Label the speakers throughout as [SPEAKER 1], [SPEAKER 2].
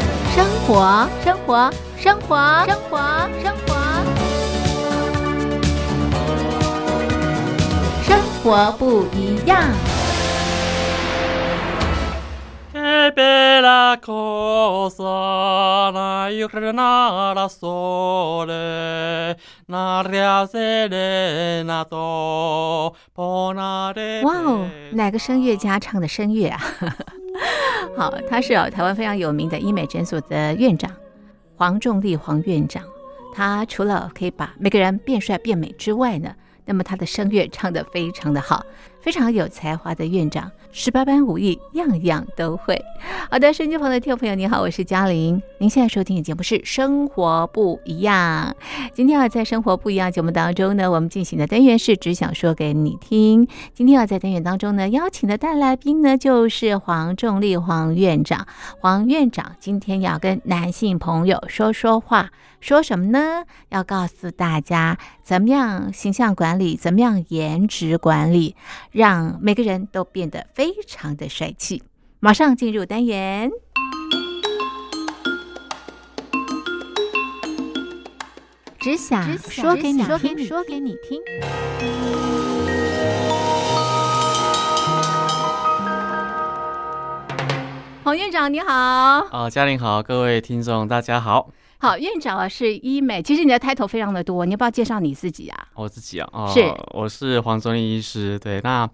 [SPEAKER 1] 活，生活，生活，生活，生活，生活不一样。
[SPEAKER 2] Che bella cosa, la giornata sole, l'aria serena dopo una
[SPEAKER 1] 哇哦，哪个声乐家唱的声乐啊？ 好，他是哦，台湾非常有名的医美诊所的院长黄仲立黄院长。他除了可以把每个人变帅变美之外呢，那么他的声乐唱得非常的好，非常有才华的院长，十八般武艺样样都会。好的，收音机旁的听众朋友，你好，我是嘉玲。您现在收听的节目是《生活不一样》。今天要在《生活不一样》节目当中呢，我们进行的单元是“只想说给你听”。今天要啊在单元当中呢，邀请的大来宾呢就是黄仲立黄院长。黄院长今天要跟男性朋友说说话，说什么呢？要告诉大家怎么样形象管理，怎么样颜值管理，让每个人都变得非常的帅气。马上进入单元。只想啊说给你听，说给你听。黄院长你好，
[SPEAKER 2] 啊，嘉玲好，各位听众大家好，
[SPEAKER 1] 好院长啊是医美，其实你的 title 非常的多，你要不要介绍你自己啊？
[SPEAKER 2] 我自己啊，哦、
[SPEAKER 1] 是
[SPEAKER 2] 我是黄忠义医师，对，那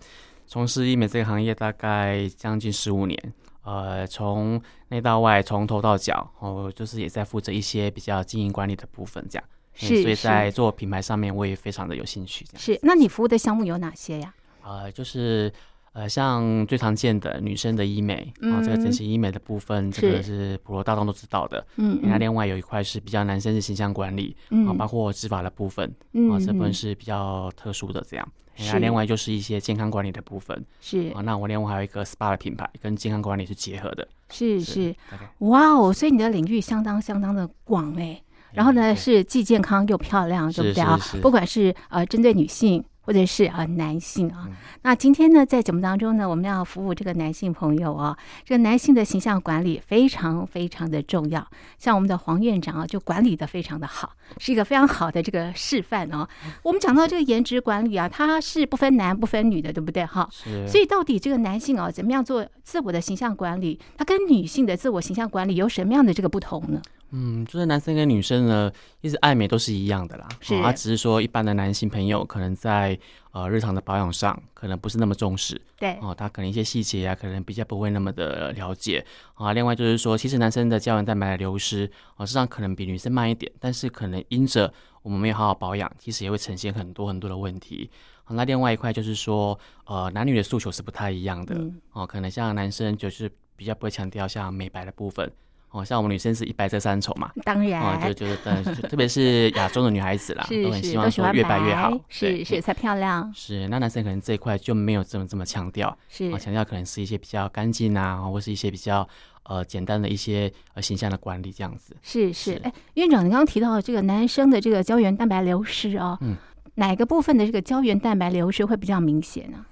[SPEAKER 2] 从事医美这个行业大概将近十五年，呃，从内到外，从头到脚，哦，就是也在负责一些比较经营管理的部分，这样，嗯
[SPEAKER 1] 是
[SPEAKER 2] 所以
[SPEAKER 1] 是
[SPEAKER 2] 在做品牌上面我也非常的有兴趣，这样，
[SPEAKER 1] 是，那你服务的项目有哪些呀？
[SPEAKER 2] 呃，就是呃，像最常见的女生的医美，啊、这个
[SPEAKER 1] 嗯
[SPEAKER 2] 整形医美的部分，这个是普罗大众都知道的。
[SPEAKER 1] 嗯
[SPEAKER 2] 那另外有一块是比较男生的形象管理，啊、包括执法的部分，啊、这部分是比较特殊的这样。那
[SPEAKER 1] 嗯是
[SPEAKER 2] 另外就是一些健康管理的部分，
[SPEAKER 1] 是
[SPEAKER 2] 啊，那我另外还有一个 SPA 的品牌跟健康管理是结合的，
[SPEAKER 1] 是是，
[SPEAKER 2] 大概。
[SPEAKER 1] 哇哦，所以你的领域相当相当的广哎。然后呢，
[SPEAKER 2] 对
[SPEAKER 1] 是既健康又漂亮，对不
[SPEAKER 2] 是
[SPEAKER 1] 对啊
[SPEAKER 2] 是？是
[SPEAKER 1] 不管是呃针对女性或者是呃男性啊
[SPEAKER 2] 嗯，
[SPEAKER 1] 那今天呢，在节目当中呢，我们要服务这个男性朋友啊，这个男性的形象管理非常非常的重要。像我们的黄院长啊，就管理的非常的好，是一个非常好的这个示范哦。我们讲到这个颜值管理啊，它是不分男不分女的，对不对哈？
[SPEAKER 2] 是
[SPEAKER 1] 所以到底这个男性哦，怎么样做自我的形象管理？他跟女性的自我形象管理有什么样的这个不同呢？
[SPEAKER 2] 嗯，就是男生跟女生呢，其实爱美都是一样的啦。
[SPEAKER 1] 是
[SPEAKER 2] 哦啊，只是说一般的男性朋友可能在呃日常的保养上，可能不是那么重视
[SPEAKER 1] 对，
[SPEAKER 2] 哦，他可能一些细节啊，可能比较不会那么的了解啊。另外就是说，其实男生的胶原蛋白的流失，哦，实际上可能比女生慢一点，但是可能因着我们没有好好保养，其实也会呈现很多很多的问题。好那另外一块就是说，呃，男女的诉求是不太一样的、
[SPEAKER 1] 嗯
[SPEAKER 2] 哦，可能像男生就是比较不会强调像美白的部分。哦，像我们女生是一白遮三丑嘛，
[SPEAKER 1] 当
[SPEAKER 2] 哦，
[SPEAKER 1] 然
[SPEAKER 2] 就觉得，但是特别 是亚洲的女孩子啦，
[SPEAKER 1] 是
[SPEAKER 2] 都很
[SPEAKER 1] 是
[SPEAKER 2] 希
[SPEAKER 1] 都
[SPEAKER 2] 望
[SPEAKER 1] 喜
[SPEAKER 2] 说
[SPEAKER 1] 欢
[SPEAKER 2] 越白越好
[SPEAKER 1] 白，
[SPEAKER 2] 对
[SPEAKER 1] 是是
[SPEAKER 2] 嗯
[SPEAKER 1] 才漂亮，
[SPEAKER 2] 是。那男生可能这一块就没有这么这么强调，
[SPEAKER 1] 是
[SPEAKER 2] 啊，强调可能是一些比较干净啊，或是一些比较呃简单的一些呃形象的管理这样子。
[SPEAKER 1] 是是
[SPEAKER 2] 是。
[SPEAKER 1] 哎，院长，你刚刚提到这个男生的这个胶原蛋白流失哦，
[SPEAKER 2] 嗯
[SPEAKER 1] 哪个部分的这个胶原蛋白流失会比较明显呢？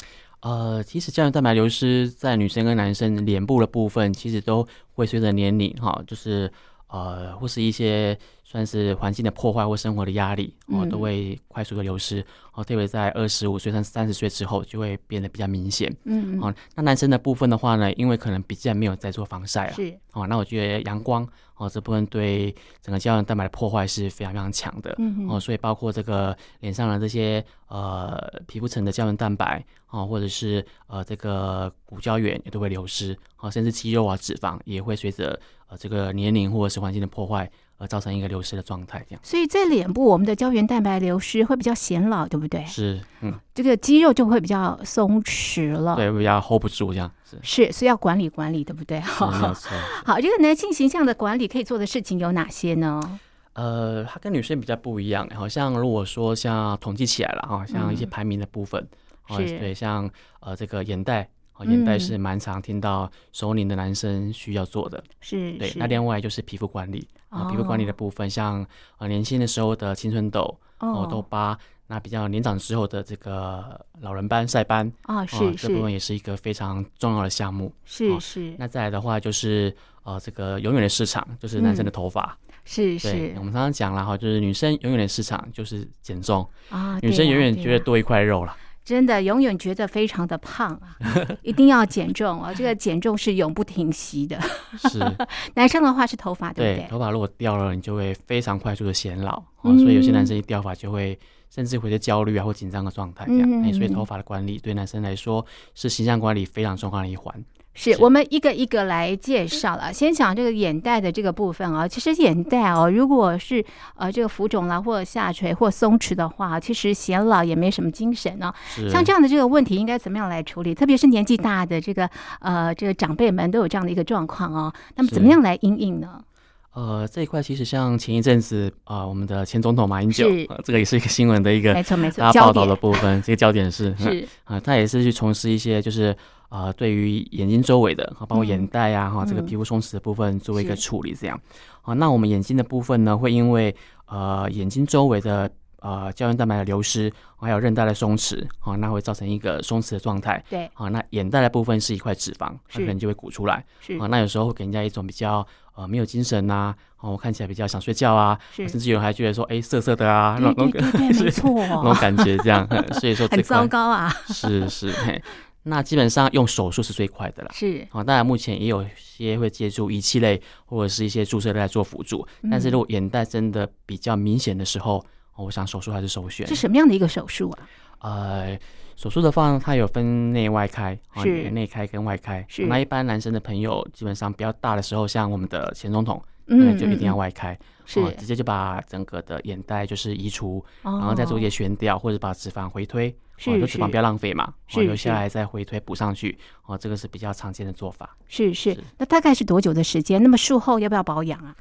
[SPEAKER 2] 呃，其实胶原蛋白流失在女生跟男生脸部的部分，其实都会随着年龄哈、就是呃或是一些算是环境的破坏或生活的压力哦，
[SPEAKER 1] 嗯
[SPEAKER 2] 都会快速的流失哦，特别在二十五岁、三三十岁之后就会变得比较明显。
[SPEAKER 1] 嗯，嗯
[SPEAKER 2] 哦，那男生的部分的话呢，因为可能比较没有在做防晒啊，
[SPEAKER 1] 是，
[SPEAKER 2] 哦，那我觉得阳光哦这部分对整个胶原蛋白的破坏是非常非常强的。
[SPEAKER 1] 嗯
[SPEAKER 2] 哦，
[SPEAKER 1] 嗯，
[SPEAKER 2] 所以包括这个脸上的这些呃皮肤层的胶原蛋白哦，或者是呃这个骨胶原也都会流失哦，甚至肌肉啊脂肪也会随着呃这个年龄或者是环境的破坏而造成一个流失的状态。这样
[SPEAKER 1] 所以在脸部，我们的胶原蛋白流失会比较显老，对不对？
[SPEAKER 2] 是嗯，
[SPEAKER 1] 这个肌肉就会比较松弛了。
[SPEAKER 2] 对，比较 hold 不住这样是，
[SPEAKER 1] 是，所以要管理管理，对不对？
[SPEAKER 2] 是没有错。
[SPEAKER 1] 好，这个男性形象的管理可以做的事情有哪些呢？
[SPEAKER 2] 呃，它跟女生比较不一样，好像如果说像统计起来了哈，像一些排名的部分，哦，
[SPEAKER 1] 嗯是
[SPEAKER 2] 对，像呃这个眼袋，哦，眼袋
[SPEAKER 1] 嗯
[SPEAKER 2] 是蛮常听到熟龄的男生需要做的。
[SPEAKER 1] 是
[SPEAKER 2] 对，
[SPEAKER 1] 是哦
[SPEAKER 2] 那另外就是皮肤管理啊、皮肤管理的部分，像呃年轻的时候的青春痘、哦痘疤，那比较年长之后的这个老人斑、晒斑，
[SPEAKER 1] 哦，
[SPEAKER 2] 啊
[SPEAKER 1] 是
[SPEAKER 2] 这部分
[SPEAKER 1] 是
[SPEAKER 2] 也是一个非常重要的项目。
[SPEAKER 1] 是
[SPEAKER 2] 哦
[SPEAKER 1] 是
[SPEAKER 2] 那再来的话就是呃这个永远的市场，就是男生的头发。
[SPEAKER 1] 是
[SPEAKER 2] 对，我
[SPEAKER 1] 嗯是
[SPEAKER 2] 们常常讲了哈，就是女生永远的市场就是减重，
[SPEAKER 1] 啊，
[SPEAKER 2] 女
[SPEAKER 1] 对
[SPEAKER 2] 生
[SPEAKER 1] 呀
[SPEAKER 2] 永远
[SPEAKER 1] 对
[SPEAKER 2] 觉得
[SPEAKER 1] 呀
[SPEAKER 2] 多一块 肉了。
[SPEAKER 1] 真的永远觉得非常的 胖啊，一定要减 重啊，这个减重是永不停息的。
[SPEAKER 2] 是，
[SPEAKER 1] 男生的话是头发，对不
[SPEAKER 2] 对，
[SPEAKER 1] 对？
[SPEAKER 2] 头发如果掉了，你就会非常快速的显老、哦，所以有些男
[SPEAKER 1] 嗯
[SPEAKER 2] 生一掉发就会甚至会是焦虑啊或紧张的状态这样。哎所以
[SPEAKER 1] 嗯
[SPEAKER 2] 头发的管理对男生来说是形象管理非常重要的一环。
[SPEAKER 1] 是
[SPEAKER 2] 是
[SPEAKER 1] 我们一个一个来介绍了。先讲这个眼袋的这个部分啊，其实眼袋哦，如果是呃这个浮肿啦，或者下垂或松弛的话，其实显老也没什么精神哦。
[SPEAKER 2] 是，
[SPEAKER 1] 像这样的这个问题，应该怎么样来处理？特别是年纪大的这个呃这个长辈们都有这样的一个状况哦，那么怎么
[SPEAKER 2] 是
[SPEAKER 1] 样来应应呢？
[SPEAKER 2] 呃这一块其实像前一阵子啊、呃我们的前总统马英九、
[SPEAKER 1] 是
[SPEAKER 2] 呃 这个也是一个新闻的一个
[SPEAKER 1] 没错没错，
[SPEAKER 2] 大家报
[SPEAKER 1] 焦
[SPEAKER 2] 道
[SPEAKER 1] 点
[SPEAKER 2] 的部分，这个焦点是
[SPEAKER 1] 是
[SPEAKER 2] 啊、他也是去从事一些就是呃，对于眼睛周围的，啊包括眼
[SPEAKER 1] 嗯
[SPEAKER 2] 袋啊，哈、这个
[SPEAKER 1] 嗯
[SPEAKER 2] 皮肤松弛的部分做一个
[SPEAKER 1] 是
[SPEAKER 2] 处理，这样。好、那我们眼睛的部分呢，会因为呃眼睛周围的呃胶原蛋白的流失，还有韧带的松弛，好、那会造成一个松弛的状态。
[SPEAKER 1] 对
[SPEAKER 2] 好、那眼袋的部分是一块脂肪，它
[SPEAKER 1] 是
[SPEAKER 2] 可能就会鼓出来。
[SPEAKER 1] 是
[SPEAKER 2] 啊，那有时候会给人家一种比较呃没有精神呐、啊，哦，看起来比较想睡觉啊，
[SPEAKER 1] 是
[SPEAKER 2] 甚至有人还觉得说，哎，涩涩的啊，那
[SPEAKER 1] 对
[SPEAKER 2] 种
[SPEAKER 1] 对对对，没错
[SPEAKER 2] 那种
[SPEAKER 1] 哦，
[SPEAKER 2] 感觉这 样，嗯所以说
[SPEAKER 1] 很
[SPEAKER 2] 这
[SPEAKER 1] 糟
[SPEAKER 2] 块
[SPEAKER 1] 糕啊，
[SPEAKER 2] 是是，嘿，那基本上用手术是最快的啦。
[SPEAKER 1] 是
[SPEAKER 2] 好、当然目前也有些会借助仪器类或者是一些注射类来做辅助，但是
[SPEAKER 1] 嗯
[SPEAKER 2] 如果眼袋真的比较明显的时候，哦我想手术还是首选
[SPEAKER 1] 是。什么样的一个手术啊？
[SPEAKER 2] 呃，手术的话，它有分内外开，啊
[SPEAKER 1] 是
[SPEAKER 2] 内开跟外开。哦
[SPEAKER 1] 是
[SPEAKER 2] 那一般男生的朋友基本上比较大的时候，像我们的前总统，那
[SPEAKER 1] 嗯，
[SPEAKER 2] 就一定要
[SPEAKER 1] 嗯嗯
[SPEAKER 2] 外开，
[SPEAKER 1] 是
[SPEAKER 2] 啊直接就把整个的眼袋就是移除，
[SPEAKER 1] 然
[SPEAKER 2] 然后再做一些悬吊或者把脂肪回推，
[SPEAKER 1] 是
[SPEAKER 2] 啊就脂肪
[SPEAKER 1] 是
[SPEAKER 2] 不要浪费嘛，啊
[SPEAKER 1] 是
[SPEAKER 2] 留下
[SPEAKER 1] 是
[SPEAKER 2] 来再回推补上去，哦，这个是比较常见的做法。
[SPEAKER 1] 是是
[SPEAKER 2] 是，
[SPEAKER 1] 那大概是多久的时间？那么术后要不要保养啊？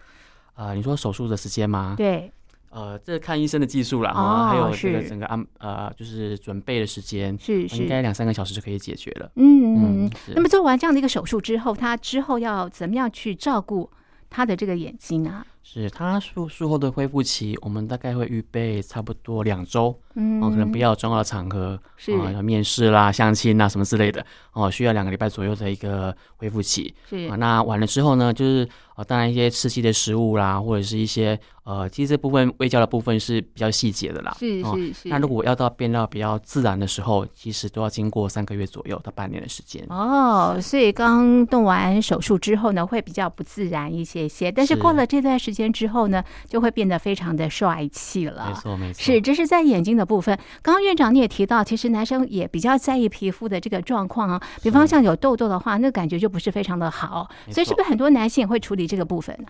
[SPEAKER 2] 呃，你说手术的时间吗？
[SPEAKER 1] 对，
[SPEAKER 2] 呃，这看医生的技术啦，
[SPEAKER 1] 哦
[SPEAKER 2] 啊，还有这个
[SPEAKER 1] 是
[SPEAKER 2] 整个安呃，就是准备的时间，
[SPEAKER 1] 是是
[SPEAKER 2] 应，该两三个小时就可以解决了。
[SPEAKER 1] 嗯嗯嗯。
[SPEAKER 2] 是
[SPEAKER 1] 那么做完这样的一个手术之后，他之后要怎么样去照顾他的这个眼睛啊？
[SPEAKER 2] 是它术术后的恢复期，我们大概会预备差不多两周，
[SPEAKER 1] 嗯，
[SPEAKER 2] 哦，可能比较重要的场合，
[SPEAKER 1] 是
[SPEAKER 2] 啊、要面试啦、相亲啊啦什么之类的，哦，需要两个礼拜左右的一个恢复期。
[SPEAKER 1] 是
[SPEAKER 2] 啊，那完了之后呢，就是呃，当然一些吃鸡的食物啦，或者是一些呃，其实这部分微教的部分是比较细节的啦。
[SPEAKER 1] 是
[SPEAKER 2] 哦
[SPEAKER 1] 是是。
[SPEAKER 2] 那如果要到变到比较自然的时候，其实都要经过三个月左右到半年的时间。
[SPEAKER 1] 哦，所以刚动完手术之后呢，会比较不自然一些些，但是
[SPEAKER 2] 是
[SPEAKER 1] 过了这段时间之后呢，就会变得非常的帅气
[SPEAKER 2] 没
[SPEAKER 1] 了。
[SPEAKER 2] 错，没错，
[SPEAKER 1] 是，这是在眼睛的部分。刚刚院长你也提到，其实男生也比较在意皮肤的这个状况啊，比方
[SPEAKER 2] 是
[SPEAKER 1] 像有痘痘的话，那感觉就不是非常的好。
[SPEAKER 2] 没
[SPEAKER 1] 所以是
[SPEAKER 2] 错
[SPEAKER 1] 不是很多男性也会处理这个部分呢、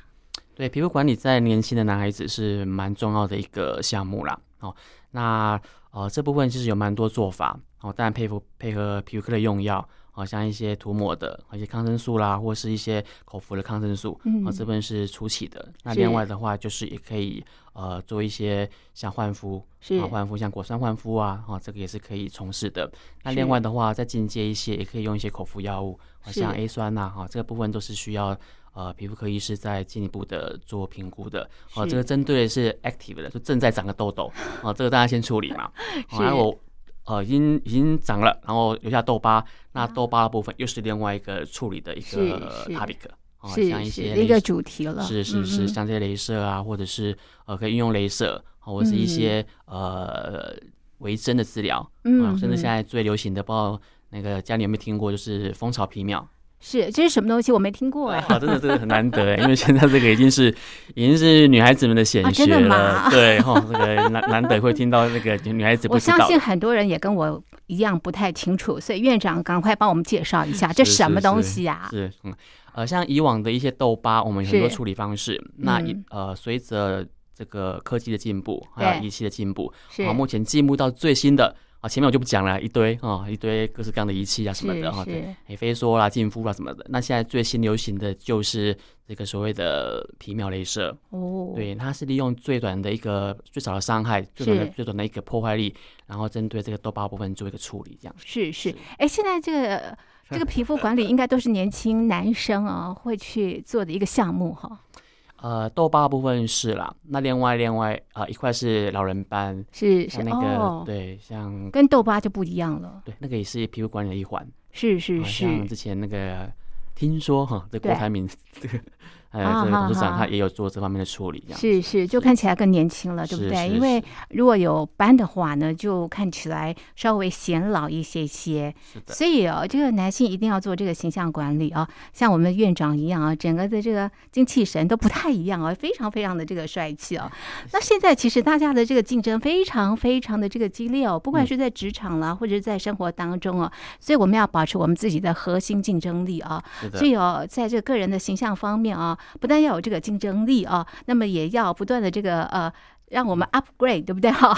[SPEAKER 2] 对，皮肤管理在年轻的男孩子是蛮重要的一个项目啦。哦，那呃这部分其实有蛮多做法哦，当然配合配合皮肤科的用药，好、像一些涂抹的，一些抗生素啦，或是一些口服的抗生素，
[SPEAKER 1] 嗯
[SPEAKER 2] 哦，这部分是初期的。那
[SPEAKER 1] 是
[SPEAKER 2] 另外的话，就是也可以呃做一些像焕肤，
[SPEAKER 1] 是
[SPEAKER 2] 啊，焕肤像果酸焕肤啊，哦，这个也是可以从事的。那
[SPEAKER 1] 是
[SPEAKER 2] 另外的话，再进阶一些，也可以用一些口服药物，啊像
[SPEAKER 1] 是
[SPEAKER 2] A 酸呐、哈、这个部分都是需要呃皮肤科医师在进一步的做评估的。哦，
[SPEAKER 1] 是
[SPEAKER 2] 这个针对的是 active 的，就正在长的痘痘，哦，这个大家先处理 嘛。
[SPEAKER 1] 是
[SPEAKER 2] 哦，然后我呃已经已经长了，然后留下痘疤，那痘疤的部分又是另外一个处理的一个
[SPEAKER 1] 啊是是
[SPEAKER 2] topic。哦，像一
[SPEAKER 1] 是是
[SPEAKER 2] 些
[SPEAKER 1] 一
[SPEAKER 2] 镭
[SPEAKER 1] 个主题了，
[SPEAKER 2] 是
[SPEAKER 1] 嗯
[SPEAKER 2] 是是，
[SPEAKER 1] 嗯
[SPEAKER 2] 像这些镭射啊，或者是呃，可以运用镭射，哦或者是一
[SPEAKER 1] 嗯
[SPEAKER 2] 些、呃微针的治疗，啊
[SPEAKER 1] 嗯，
[SPEAKER 2] 甚至现
[SPEAKER 1] 嗯
[SPEAKER 2] 在最流行的，不知道那个家里有没有听过，就是蜂巢皮秒。
[SPEAKER 1] 是这是什么东西？我没听过哎、
[SPEAKER 2] 哇，真的这个很难得哎，因为现在这个已经是已经是女孩子们的
[SPEAKER 1] 啊
[SPEAKER 2] 显
[SPEAKER 1] 真
[SPEAKER 2] 学
[SPEAKER 1] 的
[SPEAKER 2] 了，
[SPEAKER 1] 吗
[SPEAKER 2] 对哈、这个难难得会听到那个女孩子不
[SPEAKER 1] 我
[SPEAKER 2] 知道的。
[SPEAKER 1] 相信很多人也跟我一样不太清楚，所以院长赶快帮我们介绍一下这
[SPEAKER 2] 是
[SPEAKER 1] 什
[SPEAKER 2] 是
[SPEAKER 1] 么东
[SPEAKER 2] 是
[SPEAKER 1] 西啊？
[SPEAKER 2] 是，嗯，呃，像以往的一些痘疤，我们有很多
[SPEAKER 1] 是
[SPEAKER 2] 处理方式。那一
[SPEAKER 1] 嗯
[SPEAKER 2] 呃，随着这个科技的进步，还有
[SPEAKER 1] 对
[SPEAKER 2] 仪器的进步，
[SPEAKER 1] 是
[SPEAKER 2] 啊，目前进步到最新的啊，前面我就不讲了，一堆啊，一堆各式各样的仪器啊什么的哈，对，
[SPEAKER 1] 是
[SPEAKER 2] 哎，飞梭啦、净肤啦什么的。那现在最新流行的就是这个所谓的皮秒镭射，
[SPEAKER 1] 哦，
[SPEAKER 2] 对，它是利用最短的一个最少的伤害、最短的
[SPEAKER 1] 是
[SPEAKER 2] 最短的一个破坏力，然后针对这个痘疤部分做一个处理，这样。
[SPEAKER 1] 是是
[SPEAKER 2] 是，
[SPEAKER 1] 哎，现在这个这个皮肤管理应该都是年轻男生啊、会去做的一个项目哈、
[SPEAKER 2] 呃，痘疤的部分是啦，那另外另外啊、呃一块是老人斑，
[SPEAKER 1] 是是
[SPEAKER 2] 像那个、
[SPEAKER 1] 哦，
[SPEAKER 2] 对，像
[SPEAKER 1] 跟痘疤就不一样了，
[SPEAKER 2] 对那个也是皮肤管理的一环，
[SPEAKER 1] 是是
[SPEAKER 2] 好
[SPEAKER 1] 是，
[SPEAKER 2] 像之前那个听说哈，这郭
[SPEAKER 1] 对
[SPEAKER 2] 台铭这个呃
[SPEAKER 1] 啊
[SPEAKER 2] 这个
[SPEAKER 1] 哈
[SPEAKER 2] 董事长
[SPEAKER 1] 哈
[SPEAKER 2] 他也有做这方面的处理，这样
[SPEAKER 1] 是
[SPEAKER 2] 子
[SPEAKER 1] 是，就看起来更年轻了，对不
[SPEAKER 2] 是
[SPEAKER 1] 对？
[SPEAKER 2] 是
[SPEAKER 1] 因为
[SPEAKER 2] 是
[SPEAKER 1] 如果有斑的话呢，就看起来稍微显老一些些。
[SPEAKER 2] 是的，
[SPEAKER 1] 所以哦，这个男性一定要做这个形象管理啊、像我们院长一样啊，整个的这个精气神都不太一样啊，非常非常的这个帅气哦。那现在其实大家的这个竞争非常非常的这个激烈哦，不管
[SPEAKER 2] 嗯
[SPEAKER 1] 是在职场啦，或者是在生活当中哦，所以我们要保持我们自己的核心竞争力啊、
[SPEAKER 2] 是的
[SPEAKER 1] 所，以哦，在这个个人的形象方面啊，不但要有这个竞争力啊，那么也要不断的这个呃。让我们 upgrade，对不 对？哈，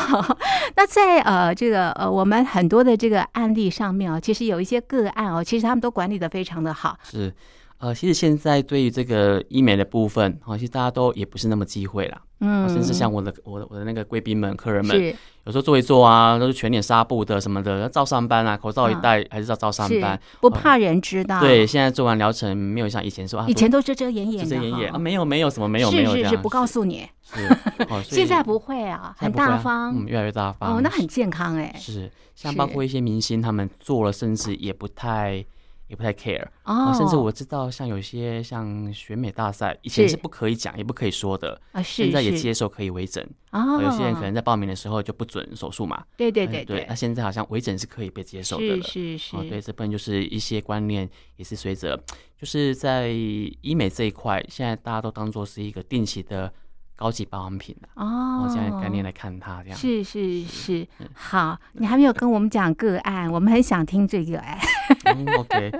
[SPEAKER 1] 那在呃这个呃我们很多的这个案例上面啊，其实有一些个案哦，其实他们都管理的非常的好，
[SPEAKER 2] 是。呃，其实现在对于这个医美的部分，好、其实大家都也不是那么忌讳啦，哦
[SPEAKER 1] 嗯，
[SPEAKER 2] 甚至像我的我的我的那个贵宾们、客人们，
[SPEAKER 1] 是
[SPEAKER 2] 有时候做一做啊，都是全脸纱布的什么的，照上班啊，口罩一戴、还是照照上班
[SPEAKER 1] 嗯是。不怕人知道，
[SPEAKER 2] 对，，现在做完疗程没有像以前说啊，
[SPEAKER 1] 以前都遮遮掩
[SPEAKER 2] 遮
[SPEAKER 1] 掩
[SPEAKER 2] 遮
[SPEAKER 1] 的
[SPEAKER 2] 掩掩啊，
[SPEAKER 1] 哈，
[SPEAKER 2] 没有没有什么没有没有这
[SPEAKER 1] 是是
[SPEAKER 2] 样，
[SPEAKER 1] 是，不告诉你，
[SPEAKER 2] 是。 哦所以
[SPEAKER 1] 现在不会啊，
[SPEAKER 2] 现在
[SPEAKER 1] 很
[SPEAKER 2] 不会啊
[SPEAKER 1] 大方，
[SPEAKER 2] 嗯，越来越大方。
[SPEAKER 1] 哦，那很健康哎，
[SPEAKER 2] 是，像
[SPEAKER 1] 是
[SPEAKER 2] 包括一些明星他们做了，甚至也不太也不太 care。
[SPEAKER 1] 哦，
[SPEAKER 2] 甚至我知道，像有一些像选美大赛，以前
[SPEAKER 1] 是
[SPEAKER 2] 是不可以讲也不可以说的，
[SPEAKER 1] 啊是
[SPEAKER 2] 现在也
[SPEAKER 1] 是
[SPEAKER 2] 接受可以微整。
[SPEAKER 1] 哦，
[SPEAKER 2] 有些人可能在报名的时候就不准手术嘛，
[SPEAKER 1] 对对
[SPEAKER 2] 哎
[SPEAKER 1] 对
[SPEAKER 2] 对，那现在好像微整是可以被接受的
[SPEAKER 1] 是
[SPEAKER 2] 了。
[SPEAKER 1] 是是
[SPEAKER 2] 哦，，对，这部分就是一些观念，也是随着就是在医美这一块，现在大家都当做是一个定期的高级保养品了、
[SPEAKER 1] 哦
[SPEAKER 2] 哦，这样的概念来看它，这样嗯
[SPEAKER 1] 是是是，好，你还没有跟我们讲个案，我们很想听这个哎，
[SPEAKER 2] 嗯，OK，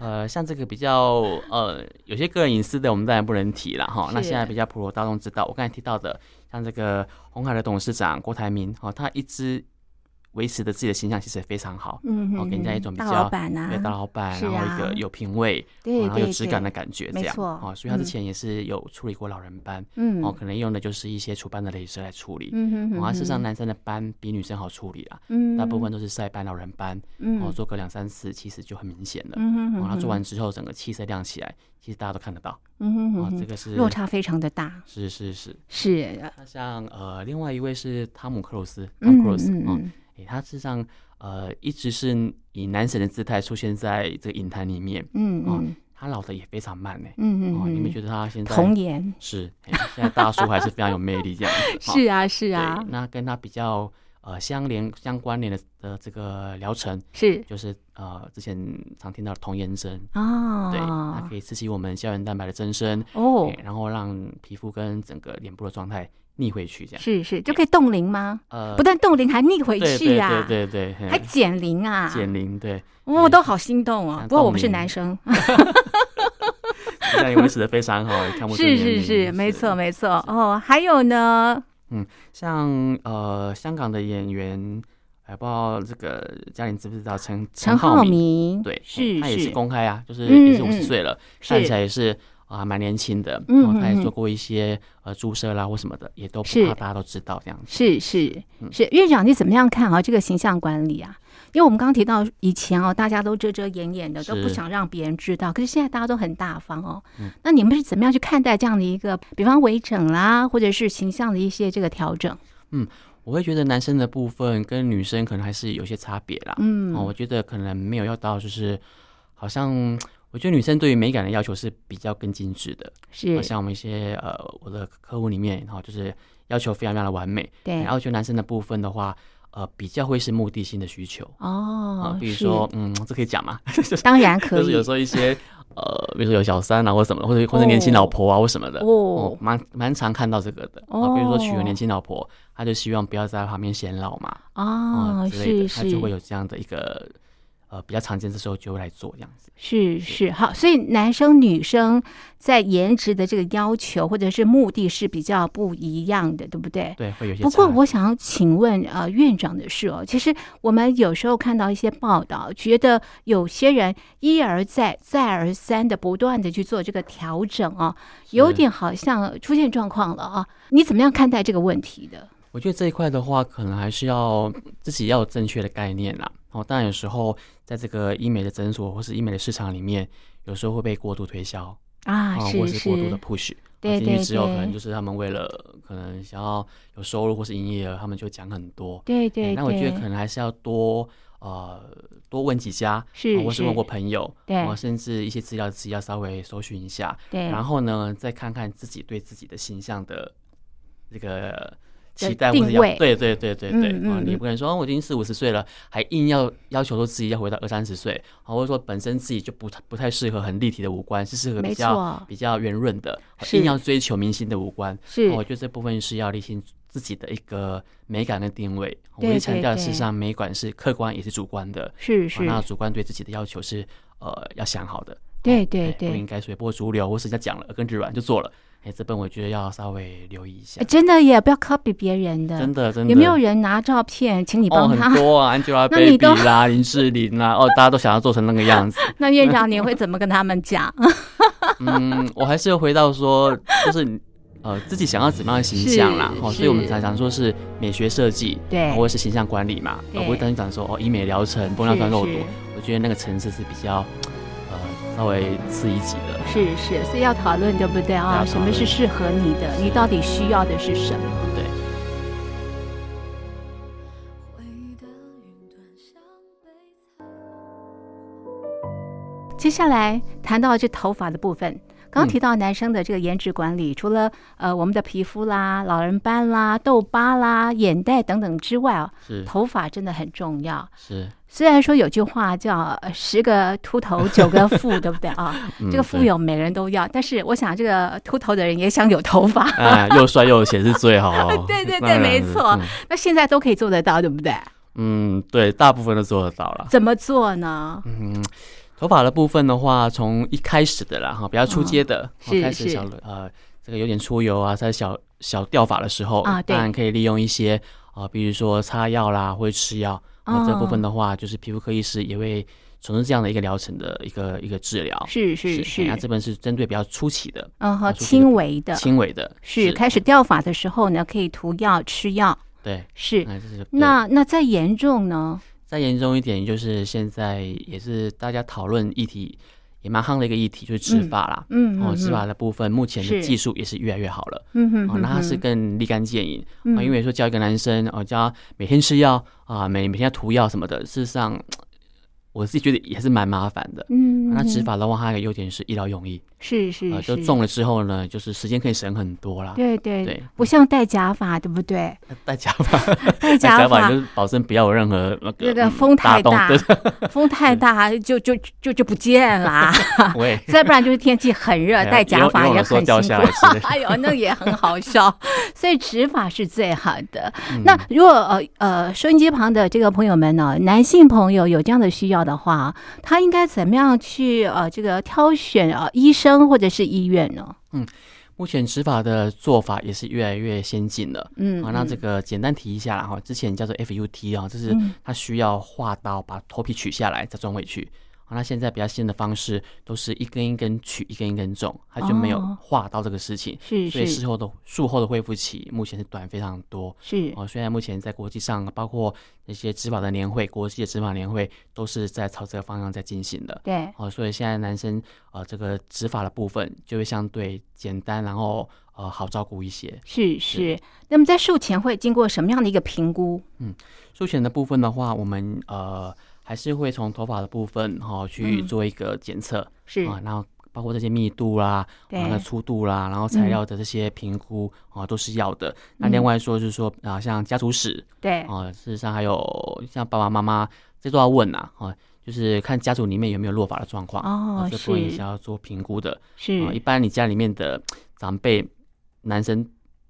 [SPEAKER 2] 呃，像这个比较呃，有些个人隐私的，我们当然不能提了哈。那
[SPEAKER 1] 是
[SPEAKER 2] 现在比较普罗大众知道，我刚才提到的，像这个红海的董事长郭台铭，哦，他一直维持的自己的形象其实也非常好，
[SPEAKER 1] 嗯
[SPEAKER 2] 哦，给人家一种比
[SPEAKER 1] 大
[SPEAKER 2] 较
[SPEAKER 1] 老板呐
[SPEAKER 2] 对，大老板，
[SPEAKER 1] 啊是
[SPEAKER 2] 然后一
[SPEAKER 1] 啊
[SPEAKER 2] 个有品味，
[SPEAKER 1] 对
[SPEAKER 2] 哦然后有
[SPEAKER 1] 对
[SPEAKER 2] 质感
[SPEAKER 1] 对
[SPEAKER 2] 的感觉，这
[SPEAKER 1] 没
[SPEAKER 2] 样
[SPEAKER 1] 错
[SPEAKER 2] 哦，所以他
[SPEAKER 1] 嗯
[SPEAKER 2] 之前也是有处理过老人斑，
[SPEAKER 1] 嗯
[SPEAKER 2] 哦，可能用的就是一些除斑的镭射来处理。
[SPEAKER 1] 嗯哼
[SPEAKER 2] 哦，啊事实上
[SPEAKER 1] 哼
[SPEAKER 2] 男生的斑比女生好处理啦，
[SPEAKER 1] 哼
[SPEAKER 2] 大部分
[SPEAKER 1] 嗯
[SPEAKER 2] 都是晒斑、老人斑，
[SPEAKER 1] 嗯
[SPEAKER 2] 哦，做哦个两三次其实就很明显了。
[SPEAKER 1] 嗯哼哼
[SPEAKER 2] 然后做完
[SPEAKER 1] 哼
[SPEAKER 2] 之后，整个气色亮起来，其实大家都看得到。
[SPEAKER 1] 嗯哼哼
[SPEAKER 2] 哦，这
[SPEAKER 1] 哼
[SPEAKER 2] 个是哦
[SPEAKER 1] 落差非常的大，
[SPEAKER 2] 是是是。
[SPEAKER 1] 是
[SPEAKER 2] 那像呃，另外一位是汤姆克鲁斯，汤姆
[SPEAKER 1] 嗯
[SPEAKER 2] 克鲁斯，
[SPEAKER 1] 嗯
[SPEAKER 2] 嗯，
[SPEAKER 1] 嗯
[SPEAKER 2] 诶他事实上呃一直是以男神的姿态出现在这个影坛里面，
[SPEAKER 1] 嗯
[SPEAKER 2] 哦
[SPEAKER 1] 嗯
[SPEAKER 2] 他老的也非常慢呢。
[SPEAKER 1] 嗯
[SPEAKER 2] 哦，你们
[SPEAKER 1] 嗯
[SPEAKER 2] 觉得他现在
[SPEAKER 1] 童颜
[SPEAKER 2] 是、诶现在大叔还是非常有魅力这样子？哈
[SPEAKER 1] 是啊是
[SPEAKER 2] 对
[SPEAKER 1] 啊
[SPEAKER 2] 那跟他比较呃相连相关联的的这个疗程，
[SPEAKER 1] 是
[SPEAKER 2] 就是呃之前常听到的童颜针，
[SPEAKER 1] 啊
[SPEAKER 2] 对，它可以刺激我们胶原蛋白的增生，
[SPEAKER 1] 哦
[SPEAKER 2] 诶然后让皮肤跟整个脸部的状态逆回去，这样。
[SPEAKER 1] 是是就可以冻龄吗？
[SPEAKER 2] 呃
[SPEAKER 1] 不但冻龄还逆回
[SPEAKER 2] 对
[SPEAKER 1] 去
[SPEAKER 2] 对
[SPEAKER 1] 啊，
[SPEAKER 2] 对对对，
[SPEAKER 1] 还减龄啊，
[SPEAKER 2] 减龄，对，
[SPEAKER 1] 我都好心动哦
[SPEAKER 2] 像。
[SPEAKER 1] 不过我不是
[SPEAKER 2] 冻龄
[SPEAKER 1] 男生，
[SPEAKER 2] 这样维持的非常好，也看不出
[SPEAKER 1] 是
[SPEAKER 2] 年
[SPEAKER 1] 是
[SPEAKER 2] 龄嗯
[SPEAKER 1] 是，没错。没错。哦，还有呢，
[SPEAKER 2] 像呃，香港的演员，哎，不知道这个嘉玲知不知道陈
[SPEAKER 1] 陈
[SPEAKER 2] 浩
[SPEAKER 1] 浩
[SPEAKER 2] 民？
[SPEAKER 1] 民，
[SPEAKER 2] 对，
[SPEAKER 1] 是
[SPEAKER 2] 他也是
[SPEAKER 1] 是
[SPEAKER 2] 公开啊，就是
[SPEAKER 1] 嗯
[SPEAKER 2] 也是五
[SPEAKER 1] 嗯
[SPEAKER 2] 十岁了，看起来也是啊蛮年轻的。
[SPEAKER 1] 嗯
[SPEAKER 2] 然后他
[SPEAKER 1] 嗯嗯
[SPEAKER 2] 也做过一些呃注射啦或什么的，也都不
[SPEAKER 1] 是
[SPEAKER 2] 怕大家都知道这样子。
[SPEAKER 1] 是是
[SPEAKER 2] 嗯
[SPEAKER 1] 是，院长你怎么样看啊？这个形象管理啊？因为我们刚刚提到以前哦，大家都遮遮掩掩的，都不
[SPEAKER 2] 是嗯
[SPEAKER 1] 想让别人知道。可是现在大家都很大方哦。那你们是怎么样去看待这样的一个，比方微整啦，或者是形象的一些这个调整？
[SPEAKER 2] 我会觉得男生的部分跟女生可能还是有些差别啦。
[SPEAKER 1] 嗯
[SPEAKER 2] 哦，我觉得可能没有要到就是，好像我觉得女生对于美感的要求是比较更精致的，好
[SPEAKER 1] 是，
[SPEAKER 2] 像我们一些呃我的客户里面，然、后就是要求非常非常的完美。
[SPEAKER 1] 对
[SPEAKER 2] 然，后就男生的部分的话，呃，比较会是目的性的需求啊、
[SPEAKER 1] 哦，
[SPEAKER 2] 比如
[SPEAKER 1] 是
[SPEAKER 2] 说，嗯，这可以讲吗？
[SPEAKER 1] 当然可
[SPEAKER 2] 就是有
[SPEAKER 1] 以
[SPEAKER 2] 时候一些呃，比如说有小三啊，或什么的，或者或者年轻老婆啊，或什么的。哦
[SPEAKER 1] 哦，，
[SPEAKER 2] 蛮蛮常看到这个的啊，比如说娶
[SPEAKER 1] 哦
[SPEAKER 2] 了年轻老婆，他就希望不要在旁边显老嘛，
[SPEAKER 1] 哦，
[SPEAKER 2] 啊之类的，
[SPEAKER 1] 是
[SPEAKER 2] 他
[SPEAKER 1] 是
[SPEAKER 2] 就会有这样的一个呃比较常见，这时候就会来做这样子。
[SPEAKER 1] 是是好，所以男生女生在颜值的这个要求或者是目的是比较不一样的，对不对？
[SPEAKER 2] 对，会有一些
[SPEAKER 1] 不过
[SPEAKER 2] 差
[SPEAKER 1] 我想请问呃院长的是哦，其实我们有时候看到一些报道，觉得有些人一而再再而三的不断的去做这个调整哦，有
[SPEAKER 2] 是
[SPEAKER 1] 点好像出现状况了啊，你怎么样看待这个问题的？
[SPEAKER 2] 我觉得这一块的话，可能还是要自己要有正确的概念啦。哦，当然有时候在这个医美的诊所或是医美的市场里面，有时候会被过度推销
[SPEAKER 1] 啊，
[SPEAKER 2] 哦或
[SPEAKER 1] 是
[SPEAKER 2] 是过度的
[SPEAKER 1] 是
[SPEAKER 2] push，哦
[SPEAKER 1] 对
[SPEAKER 2] 进去
[SPEAKER 1] 对
[SPEAKER 2] 之后可能
[SPEAKER 1] 对
[SPEAKER 2] 就是他们为了可能想要有收入或是营业额，他们就讲很多。
[SPEAKER 1] 对
[SPEAKER 2] 哎
[SPEAKER 1] 对对，
[SPEAKER 2] 那我觉得可能还是要多呃多问几家，
[SPEAKER 1] 是
[SPEAKER 2] 啊或是问
[SPEAKER 1] 是
[SPEAKER 2] 过朋友，
[SPEAKER 1] 对
[SPEAKER 2] 啊甚至一些资料自己要稍微搜寻一下，
[SPEAKER 1] 对，
[SPEAKER 2] 然后呢再看看自己对自己的形象的这个。
[SPEAKER 1] 的
[SPEAKER 2] 期待或
[SPEAKER 1] 定
[SPEAKER 2] 者要
[SPEAKER 1] 位
[SPEAKER 2] 对对对对对，
[SPEAKER 1] 嗯
[SPEAKER 2] 啊
[SPEAKER 1] 嗯
[SPEAKER 2] 你
[SPEAKER 1] 嗯
[SPEAKER 2] 不可能说、哦我已经四五十岁了，还硬要要求说自己要回到二三十岁，啊或者说本身自己就不太不太适合很立体的五官，是适合比
[SPEAKER 1] 没
[SPEAKER 2] 较
[SPEAKER 1] 错
[SPEAKER 2] 比较圆润的，啊
[SPEAKER 1] 是
[SPEAKER 2] 硬要追求明星的五官，
[SPEAKER 1] 是
[SPEAKER 2] 哦我觉得这部分是要理清自己的一个美感跟定位。我
[SPEAKER 1] 对
[SPEAKER 2] 们强
[SPEAKER 1] 对
[SPEAKER 2] 调，事实
[SPEAKER 1] 对
[SPEAKER 2] 上美感是客观也是主观的，
[SPEAKER 1] 是
[SPEAKER 2] 啊
[SPEAKER 1] 是，
[SPEAKER 2] 那主观对自己的要求是呃要想好的。
[SPEAKER 1] 对
[SPEAKER 2] 哦
[SPEAKER 1] 对
[SPEAKER 2] 哎
[SPEAKER 1] 对
[SPEAKER 2] 不应该随波逐流，或是人家讲了跟着软就做了。哎，这本我觉得要稍微留意一下
[SPEAKER 1] 哎。真的也不要 copy 别人的，
[SPEAKER 2] 真的，真的
[SPEAKER 1] 有没有人拿照片请你
[SPEAKER 2] 哦，
[SPEAKER 1] 帮他？
[SPEAKER 2] 很多啊
[SPEAKER 1] 那你都
[SPEAKER 2] ，Angelababy 啦，林志玲啦，哦，大家都想要做成那个样子。
[SPEAKER 1] 那院长你会怎么跟他 们讲？
[SPEAKER 2] 嗯，我还是回到说，就是呃，自己想要怎么样的形象啦，
[SPEAKER 1] 是
[SPEAKER 2] 哦，所以我们
[SPEAKER 1] 是
[SPEAKER 2] 才常说是美学设计，
[SPEAKER 1] 对
[SPEAKER 2] 或者是形象管理嘛，
[SPEAKER 1] 对
[SPEAKER 2] 我不会单讲说哦，医美疗程、玻尿酸肉毒
[SPEAKER 1] 是是，
[SPEAKER 2] 我觉得那个层次是比较呃稍微次一级的。
[SPEAKER 1] 是是，所以要讨论对不对啊？
[SPEAKER 2] 要
[SPEAKER 1] 什
[SPEAKER 2] 讨
[SPEAKER 1] 么
[SPEAKER 2] 论
[SPEAKER 1] 是适合你的？你到底需要的是什么？
[SPEAKER 2] 对，
[SPEAKER 3] 回到云端上被采
[SPEAKER 1] 接下来谈到这头发的部分，
[SPEAKER 2] 嗯
[SPEAKER 1] 刚刚提到男生的这个颜值管理，除了呃我们的皮肤啦、老人斑啦、痘疤啦、眼袋等等之外啊，
[SPEAKER 2] 是
[SPEAKER 1] 头发真的很重要。
[SPEAKER 2] 是，
[SPEAKER 1] 虽然说有句话叫呃“十个秃头九 个富”，对不对啊？
[SPEAKER 2] 嗯
[SPEAKER 1] 这个富有每人都要，但是我想这个秃头的人也想有头发，。
[SPEAKER 2] 哎，又帅又有钱是最好哦
[SPEAKER 1] 对对对
[SPEAKER 2] 当然
[SPEAKER 1] 没
[SPEAKER 2] 了
[SPEAKER 1] 错那现在都可以做得到，对不对？
[SPEAKER 2] 嗯。嗯，对，大部分都做得到了。
[SPEAKER 1] 怎么做呢？
[SPEAKER 2] 嗯，头发的部分的话，从一开始的啦哈，比较出街的，哦
[SPEAKER 1] 是
[SPEAKER 2] 开始
[SPEAKER 1] 是
[SPEAKER 2] 小呃，这个有点出油啊，在小小掉发的时候
[SPEAKER 1] 啊对
[SPEAKER 2] 当然可以利用一些啊、呃比如说擦药啦，或者吃药。那、
[SPEAKER 1] 哦
[SPEAKER 2] 这部分的话，就是皮肤科医师也会从事这样的一个疗程的一个一个治疗。
[SPEAKER 1] 是是
[SPEAKER 2] 哎
[SPEAKER 1] 是
[SPEAKER 2] 那，这边是针对比较初期的、
[SPEAKER 1] 嗯
[SPEAKER 2] 啊
[SPEAKER 1] 哼，
[SPEAKER 2] 初期
[SPEAKER 1] 轻微的
[SPEAKER 2] 轻微的，
[SPEAKER 1] 是开始掉发的时候呢，可以涂药、吃药，
[SPEAKER 2] 对。
[SPEAKER 1] 是。
[SPEAKER 2] 哎这是对
[SPEAKER 1] 那那再严重呢？
[SPEAKER 2] 再严重一点，就是现在也是大家讨论议题也蛮夯的一个议题，就是植
[SPEAKER 1] 嗯
[SPEAKER 2] 发啦。
[SPEAKER 1] 嗯，
[SPEAKER 2] 哦，
[SPEAKER 1] 嗯
[SPEAKER 2] 植发，的部分目前
[SPEAKER 1] 是
[SPEAKER 2] 的技术也是越来越好了。
[SPEAKER 1] 嗯哼
[SPEAKER 2] 哦，那它是
[SPEAKER 1] 嗯
[SPEAKER 2] 更立竿见影啊、
[SPEAKER 1] 嗯
[SPEAKER 2] 因为说教一个男生哦，教他每天吃药啊，每每天要涂药什么的，事实上我自己觉得也是蛮麻烦的。
[SPEAKER 1] 嗯，
[SPEAKER 2] 那植
[SPEAKER 1] 嗯
[SPEAKER 2] 发的话，它的优点是一劳永逸，
[SPEAKER 1] 是是
[SPEAKER 2] 啊，
[SPEAKER 1] 是
[SPEAKER 2] 就种了之后呢，就是时间可以省很多啦。
[SPEAKER 1] 对对
[SPEAKER 2] 对
[SPEAKER 1] 不像戴假发，对不对？
[SPEAKER 2] 那戴假发，
[SPEAKER 1] 戴
[SPEAKER 2] 戴假
[SPEAKER 1] 发
[SPEAKER 2] 发就是保证不要有任何那个
[SPEAKER 1] 那个
[SPEAKER 2] 嗯
[SPEAKER 1] 风太
[SPEAKER 2] 大洞，
[SPEAKER 1] 大
[SPEAKER 2] 对，
[SPEAKER 1] 风太大就就就就不见 啦。
[SPEAKER 2] 我也
[SPEAKER 1] 再不然就是天气很热，
[SPEAKER 2] 哎呀
[SPEAKER 1] 呃戴假发
[SPEAKER 2] 游
[SPEAKER 1] 也
[SPEAKER 2] 泳的时候
[SPEAKER 1] 很
[SPEAKER 2] 掉
[SPEAKER 1] 辛
[SPEAKER 2] 下
[SPEAKER 1] 苦
[SPEAKER 2] 来 之类。的
[SPEAKER 1] 哎呦，那也很好笑。所以植发是最好的。
[SPEAKER 2] 嗯
[SPEAKER 1] 那如果呃呃收音机旁的这个朋友们呢、男性朋友有这样的需要的话，他应该怎么样去呃这个挑选呃医生或者是医院呢？
[SPEAKER 2] 目前植发的做法也是越来越先进了。
[SPEAKER 1] 嗯，
[SPEAKER 2] 啊，那这
[SPEAKER 1] 嗯
[SPEAKER 2] 个简单提一下啦哈，之前叫做 FUT 啊，就是
[SPEAKER 1] 嗯
[SPEAKER 2] 它需要划刀把头皮取下来再装回去。啊，那现在比较新的方式都是一根一根取，一根一根种，它就没有
[SPEAKER 1] 哦
[SPEAKER 2] 划刀这个事情，
[SPEAKER 1] 是
[SPEAKER 2] 所以
[SPEAKER 1] 是
[SPEAKER 2] 事后的术后的恢复期目前是短非常多。
[SPEAKER 1] 是
[SPEAKER 2] 哦，虽然目前在国际上，包括那些执法的年会、国际的执法年会，都是在朝这个方向在进行的。
[SPEAKER 1] 对，
[SPEAKER 2] 哦，所以现在男生呃这个执法的部分就会相对简单，然后呃好照顾一些。
[SPEAKER 1] 是是。那么在术前会经过什么样的一个评估？
[SPEAKER 2] 术前的部分的话，我们呃还是会从头发的部分哈、哦、去
[SPEAKER 1] 嗯
[SPEAKER 2] 做一个检测、
[SPEAKER 1] 是
[SPEAKER 2] 啊，然后包括这些密度啦、
[SPEAKER 1] 对嗯
[SPEAKER 2] 然后粗度啦，然后材料的这些评估啊、都是要的。那另外说就是说啊，像家族史
[SPEAKER 1] 对
[SPEAKER 2] 啊，事实上还有像爸爸妈妈这都要问呐啊就是看家族里面有没有落发的状况
[SPEAKER 1] 哦
[SPEAKER 2] 啊这部分也
[SPEAKER 1] 是
[SPEAKER 2] 是要做评估的。
[SPEAKER 1] 是
[SPEAKER 2] 啊，一般你家里面的长辈男生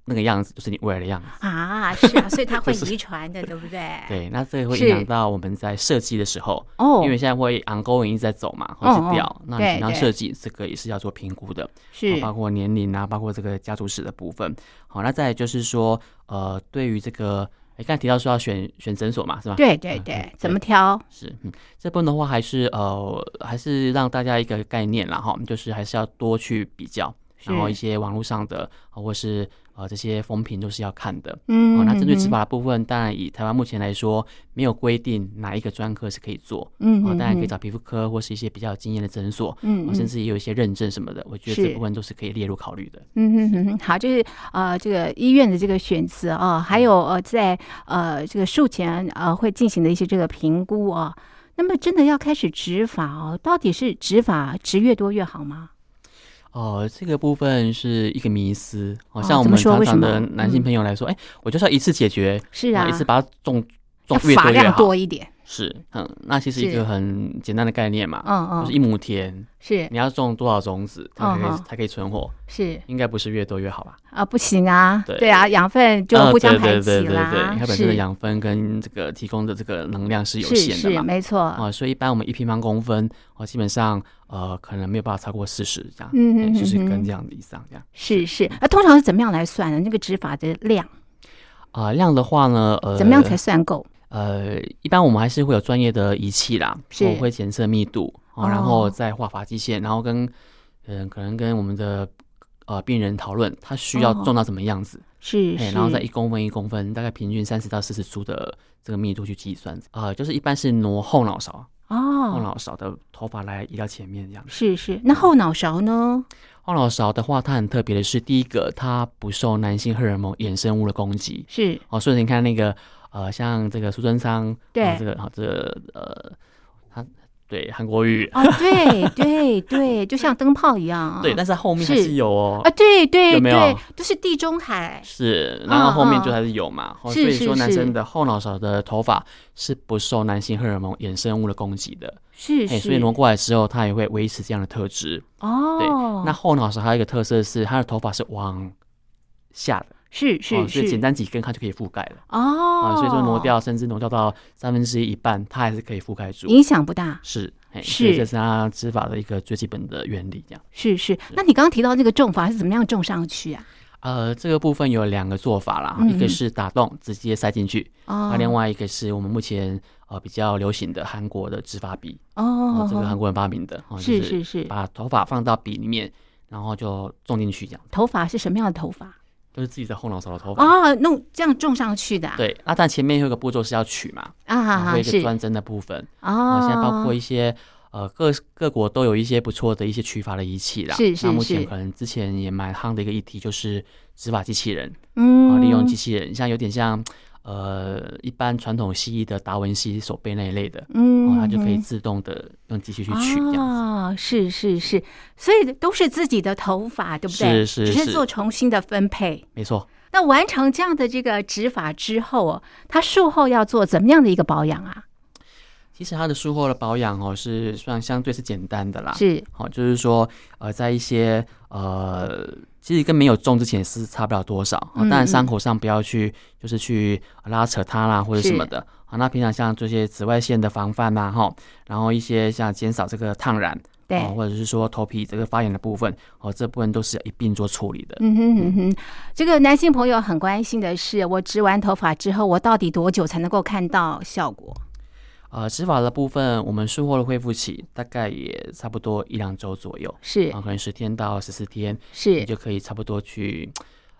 [SPEAKER 2] 那个样子，就是你未来的样子。
[SPEAKER 1] 啊，是啊，所以它会
[SPEAKER 2] 就是
[SPEAKER 1] 遗传的，对不对？
[SPEAKER 2] 对，那这个会
[SPEAKER 1] 是
[SPEAKER 2] 影响到我们在设计的时候，
[SPEAKER 1] 哦，
[SPEAKER 2] 因为现在会 ongoing 一直在走嘛，会
[SPEAKER 1] 哦
[SPEAKER 2] 去
[SPEAKER 1] 哦
[SPEAKER 2] 掉。那你
[SPEAKER 1] 对
[SPEAKER 2] 平常
[SPEAKER 1] 对
[SPEAKER 2] 设计这个也是要做评估的，
[SPEAKER 1] 是
[SPEAKER 2] 包括年龄啊，包括这个家族史的部分。好，那再来就是说，呃，对于这个，哎，刚才提到说要选选诊所嘛，是吧？，
[SPEAKER 1] 对对
[SPEAKER 2] 嗯
[SPEAKER 1] 对
[SPEAKER 2] 嗯，
[SPEAKER 1] 怎么挑？
[SPEAKER 2] 是，嗯，这部分的话还是呃，还是让大家一个概念啦哈，就是还是要多去比较，然后
[SPEAKER 1] 是
[SPEAKER 2] 一些网络上的啊或是。呃这些风评都是要看的。
[SPEAKER 1] 嗯
[SPEAKER 2] 哦，那针对执法的部分，当然以台湾目前来说，没有规定哪一个专科是可以做，
[SPEAKER 1] 嗯，
[SPEAKER 2] 哦，当然可以
[SPEAKER 1] 嗯
[SPEAKER 2] 找皮肤科或是一些比较有经验的诊所，
[SPEAKER 1] 嗯
[SPEAKER 2] 哦
[SPEAKER 1] 嗯
[SPEAKER 2] 甚至也有一些认证什么的，我觉得
[SPEAKER 1] 是
[SPEAKER 2] 这部分都是可以列入考虑的。
[SPEAKER 1] 嗯哼哼哼，好，就是呃，这个医院的这个选择啊、还有呃，在呃这个术前呃会进行的一些这个评估啊、那么真的要开始执法哦，到底是执法执越多越好吗？
[SPEAKER 2] 哦，这个部分是一个迷思，好、
[SPEAKER 1] 哦
[SPEAKER 2] 像我
[SPEAKER 1] 怎么
[SPEAKER 2] 们
[SPEAKER 1] 说
[SPEAKER 2] 常
[SPEAKER 1] 为什
[SPEAKER 2] 常
[SPEAKER 1] 么
[SPEAKER 2] 的
[SPEAKER 1] 嗯
[SPEAKER 2] 男性朋友来说，哎、我就是要一次解决，
[SPEAKER 1] 是
[SPEAKER 2] 然
[SPEAKER 1] 啊，
[SPEAKER 2] 后一次把它种种
[SPEAKER 1] 要
[SPEAKER 2] 越
[SPEAKER 1] 法
[SPEAKER 2] 多越
[SPEAKER 1] 量
[SPEAKER 2] 好，
[SPEAKER 1] 多一点，
[SPEAKER 2] 是，嗯，那其实一
[SPEAKER 1] 是
[SPEAKER 2] 个很简单的概念嘛，
[SPEAKER 1] 嗯
[SPEAKER 2] 就是
[SPEAKER 1] 嗯，
[SPEAKER 2] 一亩田，
[SPEAKER 1] 是
[SPEAKER 2] 你要种多少种子，它才可以、
[SPEAKER 1] 嗯哼
[SPEAKER 2] 才可以存活，
[SPEAKER 1] 是
[SPEAKER 2] 应该不是越多越好吧？
[SPEAKER 1] 啊，不行啊，
[SPEAKER 2] 对
[SPEAKER 1] 对啊，养分就
[SPEAKER 2] 啊
[SPEAKER 1] 互相排
[SPEAKER 2] 对对
[SPEAKER 1] 挤
[SPEAKER 2] 对对对，
[SPEAKER 1] 啦，
[SPEAKER 2] 它本身的
[SPEAKER 1] 是
[SPEAKER 2] 养分跟这个提供的这个能量是有
[SPEAKER 1] 是
[SPEAKER 2] 限的
[SPEAKER 1] 是
[SPEAKER 2] 嘛，
[SPEAKER 1] 没错，
[SPEAKER 2] 啊、所以一般我们一平方公分，哦，基本上呃，可能没有办法超过四十这样，
[SPEAKER 1] 嗯
[SPEAKER 2] 哎
[SPEAKER 1] 哼
[SPEAKER 2] 就是
[SPEAKER 1] 嗯
[SPEAKER 2] 跟
[SPEAKER 1] 哼
[SPEAKER 2] 这样子以上这样。
[SPEAKER 1] 是是啊，通常是怎么样来算呢？那个执法的量
[SPEAKER 2] 啊、量的话呢，呃，
[SPEAKER 1] 怎么样才算够？
[SPEAKER 2] 呃，一般我们还是会有专业的仪器啦，
[SPEAKER 1] 是
[SPEAKER 2] 我会检测密度，哦、然
[SPEAKER 1] 哦
[SPEAKER 2] 后再画法基线，然后跟嗯、可能跟我们的呃病人讨论他需要
[SPEAKER 1] 哦
[SPEAKER 2] 种到什么样子，
[SPEAKER 1] 是
[SPEAKER 2] 哎，
[SPEAKER 1] 是，
[SPEAKER 2] 然后再一公分一公分，大概平均三十到四十株的这个密度去计算，啊，就是一般是挪后脑勺，后
[SPEAKER 1] 哦，
[SPEAKER 2] 脑勺的头发来移到前面这样子。
[SPEAKER 1] 是是，那后脑勺呢？
[SPEAKER 2] 后脑勺的话，它很特别的是，第一个它不受男性荷尔蒙衍生物的攻击，
[SPEAKER 1] 是
[SPEAKER 2] 哦，所以你看那个呃，像这个苏贞昌，
[SPEAKER 1] 对
[SPEAKER 2] 哦这个好这个呃，他对韩国语，
[SPEAKER 1] 哦，对对对，就像灯泡一样 啊。
[SPEAKER 2] 对，但是后面还
[SPEAKER 1] 是
[SPEAKER 2] 是有哦。
[SPEAKER 1] 啊，对对
[SPEAKER 2] 有没有
[SPEAKER 1] 对，就是地中海
[SPEAKER 2] 是，
[SPEAKER 1] 啊
[SPEAKER 2] 然后后面就
[SPEAKER 1] 啊
[SPEAKER 2] 还是有嘛，哦、
[SPEAKER 1] 是
[SPEAKER 2] 所以
[SPEAKER 1] 是
[SPEAKER 2] 说男
[SPEAKER 1] 是
[SPEAKER 2] 生的后脑勺的头发是不受男性荷尔蒙衍生物的攻击的，
[SPEAKER 1] 是
[SPEAKER 2] 哎，
[SPEAKER 1] 是，
[SPEAKER 2] 所以挪过来之后，它也会维持这样的特质。对，
[SPEAKER 1] 哦，
[SPEAKER 2] 那后脑勺还有一个特色是，它的头发是往下的，
[SPEAKER 1] 是是
[SPEAKER 2] 哦，所以
[SPEAKER 1] 是
[SPEAKER 2] 简单几根它就可以覆盖了啊、
[SPEAKER 1] 哦，
[SPEAKER 2] 所以说挪掉，甚至挪掉到三分之一一半，它还是可以覆盖住。
[SPEAKER 1] 影响不大，
[SPEAKER 2] 是，嘿
[SPEAKER 1] 是
[SPEAKER 2] 所以这是它执法的一个最基本的原理。这样，
[SPEAKER 1] 是是。那你刚刚提到这个重法是怎么样重上去啊？
[SPEAKER 2] 呃，这个部分有两个做法啦，
[SPEAKER 1] 嗯
[SPEAKER 2] 一个是打洞直接塞进去，那、
[SPEAKER 1] 哦，
[SPEAKER 2] 另外一个是我们目前呃比较流行的韩国的执法笔，
[SPEAKER 1] 哦
[SPEAKER 2] 哦，，这个韩国人发明的，哦、
[SPEAKER 1] 是
[SPEAKER 2] 就是
[SPEAKER 1] 是
[SPEAKER 2] 把头发放到笔里面，然后就种进去，这样
[SPEAKER 1] 头发是什么样的头发？
[SPEAKER 2] 就是自己的后脑勺的头发。
[SPEAKER 1] 哦，弄这样种上去的啊，
[SPEAKER 2] 对，那但前面有一个步骤是要取嘛，
[SPEAKER 1] 啊哈
[SPEAKER 2] 啊，会
[SPEAKER 1] 哈
[SPEAKER 2] 有一个
[SPEAKER 1] 是
[SPEAKER 2] 专针的部分，
[SPEAKER 1] 哦
[SPEAKER 2] 啊，现在包括一些呃各各国都有一些不错的一些取法的仪器啦。
[SPEAKER 1] 是是
[SPEAKER 2] 那目
[SPEAKER 1] 是
[SPEAKER 2] 前可能之前也蛮夯的一个议题就是执法机器人啊、
[SPEAKER 1] 嗯
[SPEAKER 2] 利用机器人，像有点像呃一般传统西医的达文西手背那一类的，
[SPEAKER 1] 嗯
[SPEAKER 2] 哦，它就可以
[SPEAKER 1] 嗯
[SPEAKER 2] 自动的用机器去取这样子。
[SPEAKER 1] 哦，是是是，所以都是自己的头发，对不对？
[SPEAKER 2] 是
[SPEAKER 1] 只
[SPEAKER 2] 是
[SPEAKER 1] 是
[SPEAKER 2] 是
[SPEAKER 1] 做重新的分配。
[SPEAKER 2] 没错，
[SPEAKER 1] 那完成这样的这个植发之后哦，他术后要做怎么样的一个保养啊？
[SPEAKER 2] 其实它的术后的保养哦是算相对是简单的啦。
[SPEAKER 1] 是
[SPEAKER 2] 好、就是说，呃，在一些呃，其实跟没有中之前是差不了多少。哦、当
[SPEAKER 1] 嗯嗯
[SPEAKER 2] 然，伤口上不要去就是去拉扯它啦，或者什么
[SPEAKER 1] 是
[SPEAKER 2] 的。好、那平常像这些紫外线的防范啦，哈，然后一些像减少这个烫染，
[SPEAKER 1] 对，
[SPEAKER 2] 哦，或者是说头皮这个发炎的部分，哦，这部分都是要一并做处理的。
[SPEAKER 1] 嗯哼嗯哼。这个男性朋友很关心的是，我植完头发之后，我到底多久才能够看到效果？
[SPEAKER 2] 呃，植发的部分，我们术后的恢复期大概也差不多一两周左右，
[SPEAKER 1] 是
[SPEAKER 2] 啊、可能十天到十四天。你
[SPEAKER 1] 是
[SPEAKER 2] 就可以差不多去，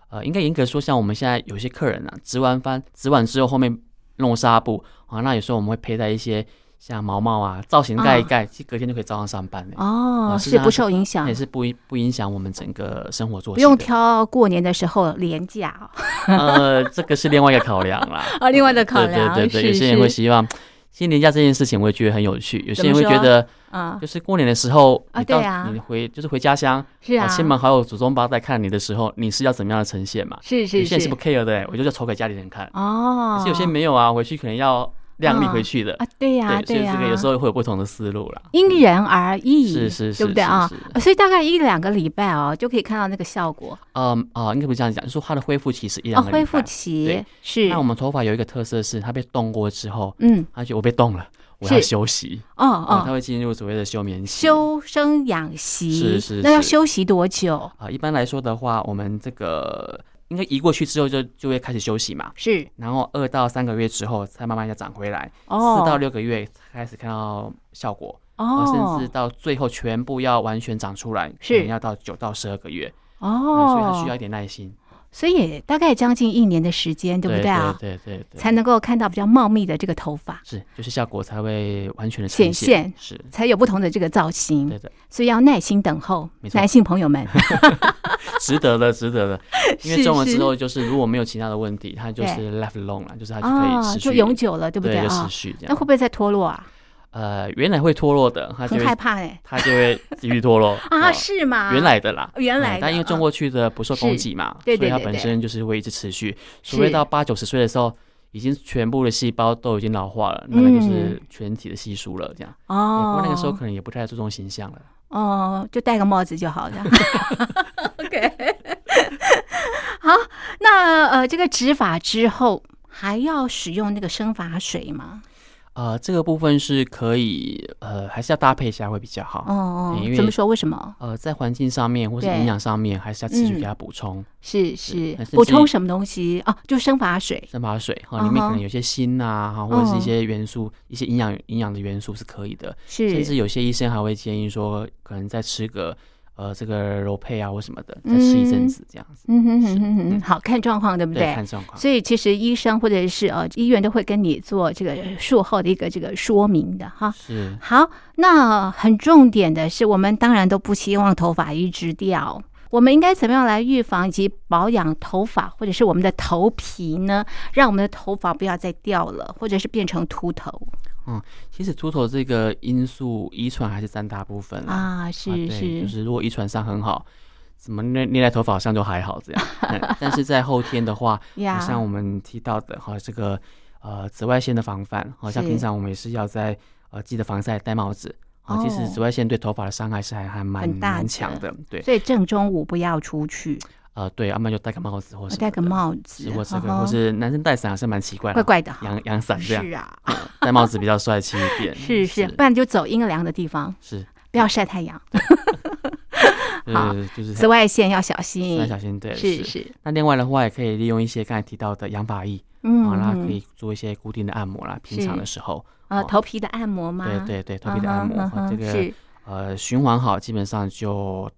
[SPEAKER 2] 呃，应该严格说，像我们现在有些客人啊，植完翻植完之后，后面弄纱布啊，那有时候我们会佩戴一些像毛毛啊，造型盖一
[SPEAKER 1] 啊
[SPEAKER 2] 盖，其实隔天就可以照样上班了。
[SPEAKER 1] 哦，
[SPEAKER 2] 啊是
[SPEAKER 1] 是
[SPEAKER 2] 啊
[SPEAKER 1] 不受影响
[SPEAKER 2] 也，是不影不影响我们整个生活作息，
[SPEAKER 1] 不用。挑过年的时候廉价 哦。。
[SPEAKER 2] 呃，这个是另外一个考量啦
[SPEAKER 1] 哦另外的考量
[SPEAKER 2] 对对对
[SPEAKER 1] 是
[SPEAKER 2] 对，有些人
[SPEAKER 1] 是
[SPEAKER 2] 会希望，其实年假这件事情，我也觉得很有趣。有
[SPEAKER 1] 怎
[SPEAKER 2] 些人
[SPEAKER 1] 么
[SPEAKER 2] 会觉
[SPEAKER 1] 说
[SPEAKER 2] 得，
[SPEAKER 1] 啊、
[SPEAKER 2] 就是过年的时候，
[SPEAKER 1] 啊
[SPEAKER 2] 你到
[SPEAKER 1] 对啊
[SPEAKER 2] 你回就是回家乡，
[SPEAKER 1] 是啊，
[SPEAKER 2] 啊亲朋好友、祖宗八代看你的时候，你是要怎么样的呈现嘛？
[SPEAKER 1] 是
[SPEAKER 2] 有
[SPEAKER 1] 是
[SPEAKER 2] 些人是不 care 的欸，我就要抽给家里人看。
[SPEAKER 1] 哦，
[SPEAKER 2] 可是有些没有啊，回去可能要量力回去的。
[SPEAKER 1] 啊，对呀、
[SPEAKER 2] 对，所以
[SPEAKER 1] 呀、
[SPEAKER 2] 这个有时候会有不同的思路啦。
[SPEAKER 1] 因人而异，
[SPEAKER 2] 是是是
[SPEAKER 1] 对不对啊
[SPEAKER 2] 是？是
[SPEAKER 1] 所以大概一两个礼拜哦，就可以看到那个效果
[SPEAKER 2] 嗯啊、应该不是这样讲，就是说它的恢复期是一
[SPEAKER 1] 啊。
[SPEAKER 2] 两个礼拜
[SPEAKER 1] 恢复。期
[SPEAKER 2] 对
[SPEAKER 1] 是，
[SPEAKER 2] 那我们头发有一个特色是，它被冻过之后，
[SPEAKER 1] 嗯，
[SPEAKER 2] 它觉得我被冻了，我要
[SPEAKER 1] 是
[SPEAKER 2] 休息，
[SPEAKER 1] 哦
[SPEAKER 2] 啊，它
[SPEAKER 1] 哦，
[SPEAKER 2] 会进入所谓的休眠期。
[SPEAKER 1] 修身养息，
[SPEAKER 2] 是是
[SPEAKER 1] 那要
[SPEAKER 2] 是
[SPEAKER 1] 休息多久？
[SPEAKER 2] 啊、一般来说的话，我们这个应该移过去之后就就会开始休息嘛，
[SPEAKER 1] 是
[SPEAKER 2] 然后二到三个月之后才慢慢要长回来，四、
[SPEAKER 1] 哦，
[SPEAKER 2] 到六个月开始看到效果。呃，
[SPEAKER 1] 哦，
[SPEAKER 2] 甚至到最后全部要完全长出来，可
[SPEAKER 1] 是
[SPEAKER 2] 能要到九到十二个月，啊
[SPEAKER 1] 哦、
[SPEAKER 2] 呃所以它需要一点耐心。
[SPEAKER 1] 所以也大概将近一年的时间，对不对啊？
[SPEAKER 2] 对对对对，
[SPEAKER 1] 才能够看到比较茂密的这个头发，
[SPEAKER 2] 是就是效果才会完全的
[SPEAKER 1] 显现
[SPEAKER 2] 是，
[SPEAKER 1] 才有不同的这个造型。
[SPEAKER 2] 对的，
[SPEAKER 1] 所以要耐心等候
[SPEAKER 2] 没，错
[SPEAKER 1] 男性朋友 们。
[SPEAKER 2] 值得了，值得了。因为
[SPEAKER 1] 是
[SPEAKER 2] 种了之
[SPEAKER 1] 是
[SPEAKER 2] 后，就是如果没有其他的问题，它就是 life long 了，就是它就可以
[SPEAKER 1] 啊，
[SPEAKER 2] 持续，
[SPEAKER 1] 就永久了，对不
[SPEAKER 2] 对，
[SPEAKER 1] 对
[SPEAKER 2] 就
[SPEAKER 1] 啊
[SPEAKER 2] 持？续这
[SPEAKER 1] 那会
[SPEAKER 2] 样。
[SPEAKER 1] 不会再脱落啊？
[SPEAKER 2] 呃，原来会脱落的，它就
[SPEAKER 1] 很
[SPEAKER 2] 会
[SPEAKER 1] 害怕哎
[SPEAKER 2] 它就会继续脱落
[SPEAKER 1] 啊，
[SPEAKER 2] 哦
[SPEAKER 1] 是吗？
[SPEAKER 2] 原来的啦，
[SPEAKER 1] 原来
[SPEAKER 2] 哎
[SPEAKER 1] 的
[SPEAKER 2] 但因为
[SPEAKER 1] 嗯
[SPEAKER 2] 中过去的不受
[SPEAKER 1] 是
[SPEAKER 2] 攻击嘛，
[SPEAKER 1] 对
[SPEAKER 2] 所
[SPEAKER 1] 对
[SPEAKER 2] 以它
[SPEAKER 1] 对
[SPEAKER 2] 本
[SPEAKER 1] 对
[SPEAKER 2] 身就是会一直持续，除
[SPEAKER 1] 是
[SPEAKER 2] 非到八九十岁的时候。已经全部的细胞都已经老化了，那个就是
[SPEAKER 1] 嗯
[SPEAKER 2] 全体的稀疏了，这样。哎不
[SPEAKER 1] 哦
[SPEAKER 2] 过，那个时候可能也不太注重形象了。
[SPEAKER 1] 哦，就戴个帽子就好 了。OK，好，那呃，这个植发之后还要使用那个生发水吗？
[SPEAKER 2] 呃，这个部分是可以，呃，还是要搭配一下会比较好。
[SPEAKER 1] 哦
[SPEAKER 2] 因，为
[SPEAKER 1] 怎么说？为什么？
[SPEAKER 2] 呃，在环境上面或是
[SPEAKER 1] 对嗯
[SPEAKER 2] 营养上面，还是要持续给它补充
[SPEAKER 1] 是是
[SPEAKER 2] 但是，
[SPEAKER 1] 补
[SPEAKER 2] 自己
[SPEAKER 1] 充什么东西？哦，就生发水。
[SPEAKER 2] 生发水哈，
[SPEAKER 1] 嗯
[SPEAKER 2] 里面可
[SPEAKER 1] 哼
[SPEAKER 2] 能有些锌呐，哈，或者是
[SPEAKER 1] 嗯
[SPEAKER 2] 一些元素、一些营养营养的元素是可以的。甚至
[SPEAKER 1] 是
[SPEAKER 2] 有些医生还会建议说，可能再吃个呃这个柔配啊或什么的，再吃一阵
[SPEAKER 1] 嗯
[SPEAKER 2] 子这样子，
[SPEAKER 1] 嗯哼哼
[SPEAKER 2] 是
[SPEAKER 1] 哼哼，
[SPEAKER 2] 嗯
[SPEAKER 1] 好看状况，对不
[SPEAKER 2] 对，看状况。
[SPEAKER 1] 所以其实医生或者是呃医院都会跟你做这个术后的一个这个说明的哈。
[SPEAKER 2] 是
[SPEAKER 1] 好，那很重点的是，我们当然都不希望头发一直掉。我们应该怎么样来预防以及保养头发，或者是我们的头皮呢？让我们的头发不要再掉了，或者是变成秃头
[SPEAKER 2] 其实秃头这个因素，遗传还是占大部分啦。
[SPEAKER 1] 啊？
[SPEAKER 2] 啊
[SPEAKER 1] 是
[SPEAKER 2] 对就是是如果遗传上很好，怎么捏捏在头发上就还好这样。嗯 但是在后天的话，
[SPEAKER 1] 呀，
[SPEAKER 2] 像我们提到的哈，这个呃紫外线的防范，好像
[SPEAKER 1] 是
[SPEAKER 2] 平常我们也是要在呃记得防晒、戴帽子。啊，其实
[SPEAKER 1] 哦
[SPEAKER 2] 紫外线对头发的伤害是还还蛮
[SPEAKER 1] 很大
[SPEAKER 2] 蛮
[SPEAKER 1] 的
[SPEAKER 2] 强的，对，
[SPEAKER 1] 所以正中午不要出去，
[SPEAKER 2] 呃，对，要不然就戴个帽子或
[SPEAKER 1] 我
[SPEAKER 2] 是
[SPEAKER 1] 哦戴个帽子，
[SPEAKER 2] 或这
[SPEAKER 1] 嗯
[SPEAKER 2] 个，
[SPEAKER 1] 哼
[SPEAKER 2] 或是呃男生戴伞还是蛮奇怪
[SPEAKER 1] 怪
[SPEAKER 2] 的，
[SPEAKER 1] 怪的哈。
[SPEAKER 2] 阳阳伞这样
[SPEAKER 1] 是，啊，
[SPEAKER 2] 戴帽子比较帅气一点，
[SPEAKER 1] 是是，不然就走阴凉的地方，
[SPEAKER 2] 是，
[SPEAKER 1] 不要晒太阳。好
[SPEAKER 2] 呃，就是
[SPEAKER 1] 紫外线要小心，
[SPEAKER 2] 要小心，对，
[SPEAKER 1] 是是，
[SPEAKER 2] 那另外的话，也可以利用一些刚才提到的养发液，
[SPEAKER 1] 嗯
[SPEAKER 2] 啊，那可以做一些固定的按摩啦，平常的时候，
[SPEAKER 1] 啊，
[SPEAKER 2] 哦
[SPEAKER 1] 头皮的按摩吗？
[SPEAKER 2] 对对对，头皮的按摩，
[SPEAKER 1] 嗯哼
[SPEAKER 2] 啊这
[SPEAKER 1] 嗯哼
[SPEAKER 2] 个
[SPEAKER 1] 是，
[SPEAKER 2] 呃循环好，基本上就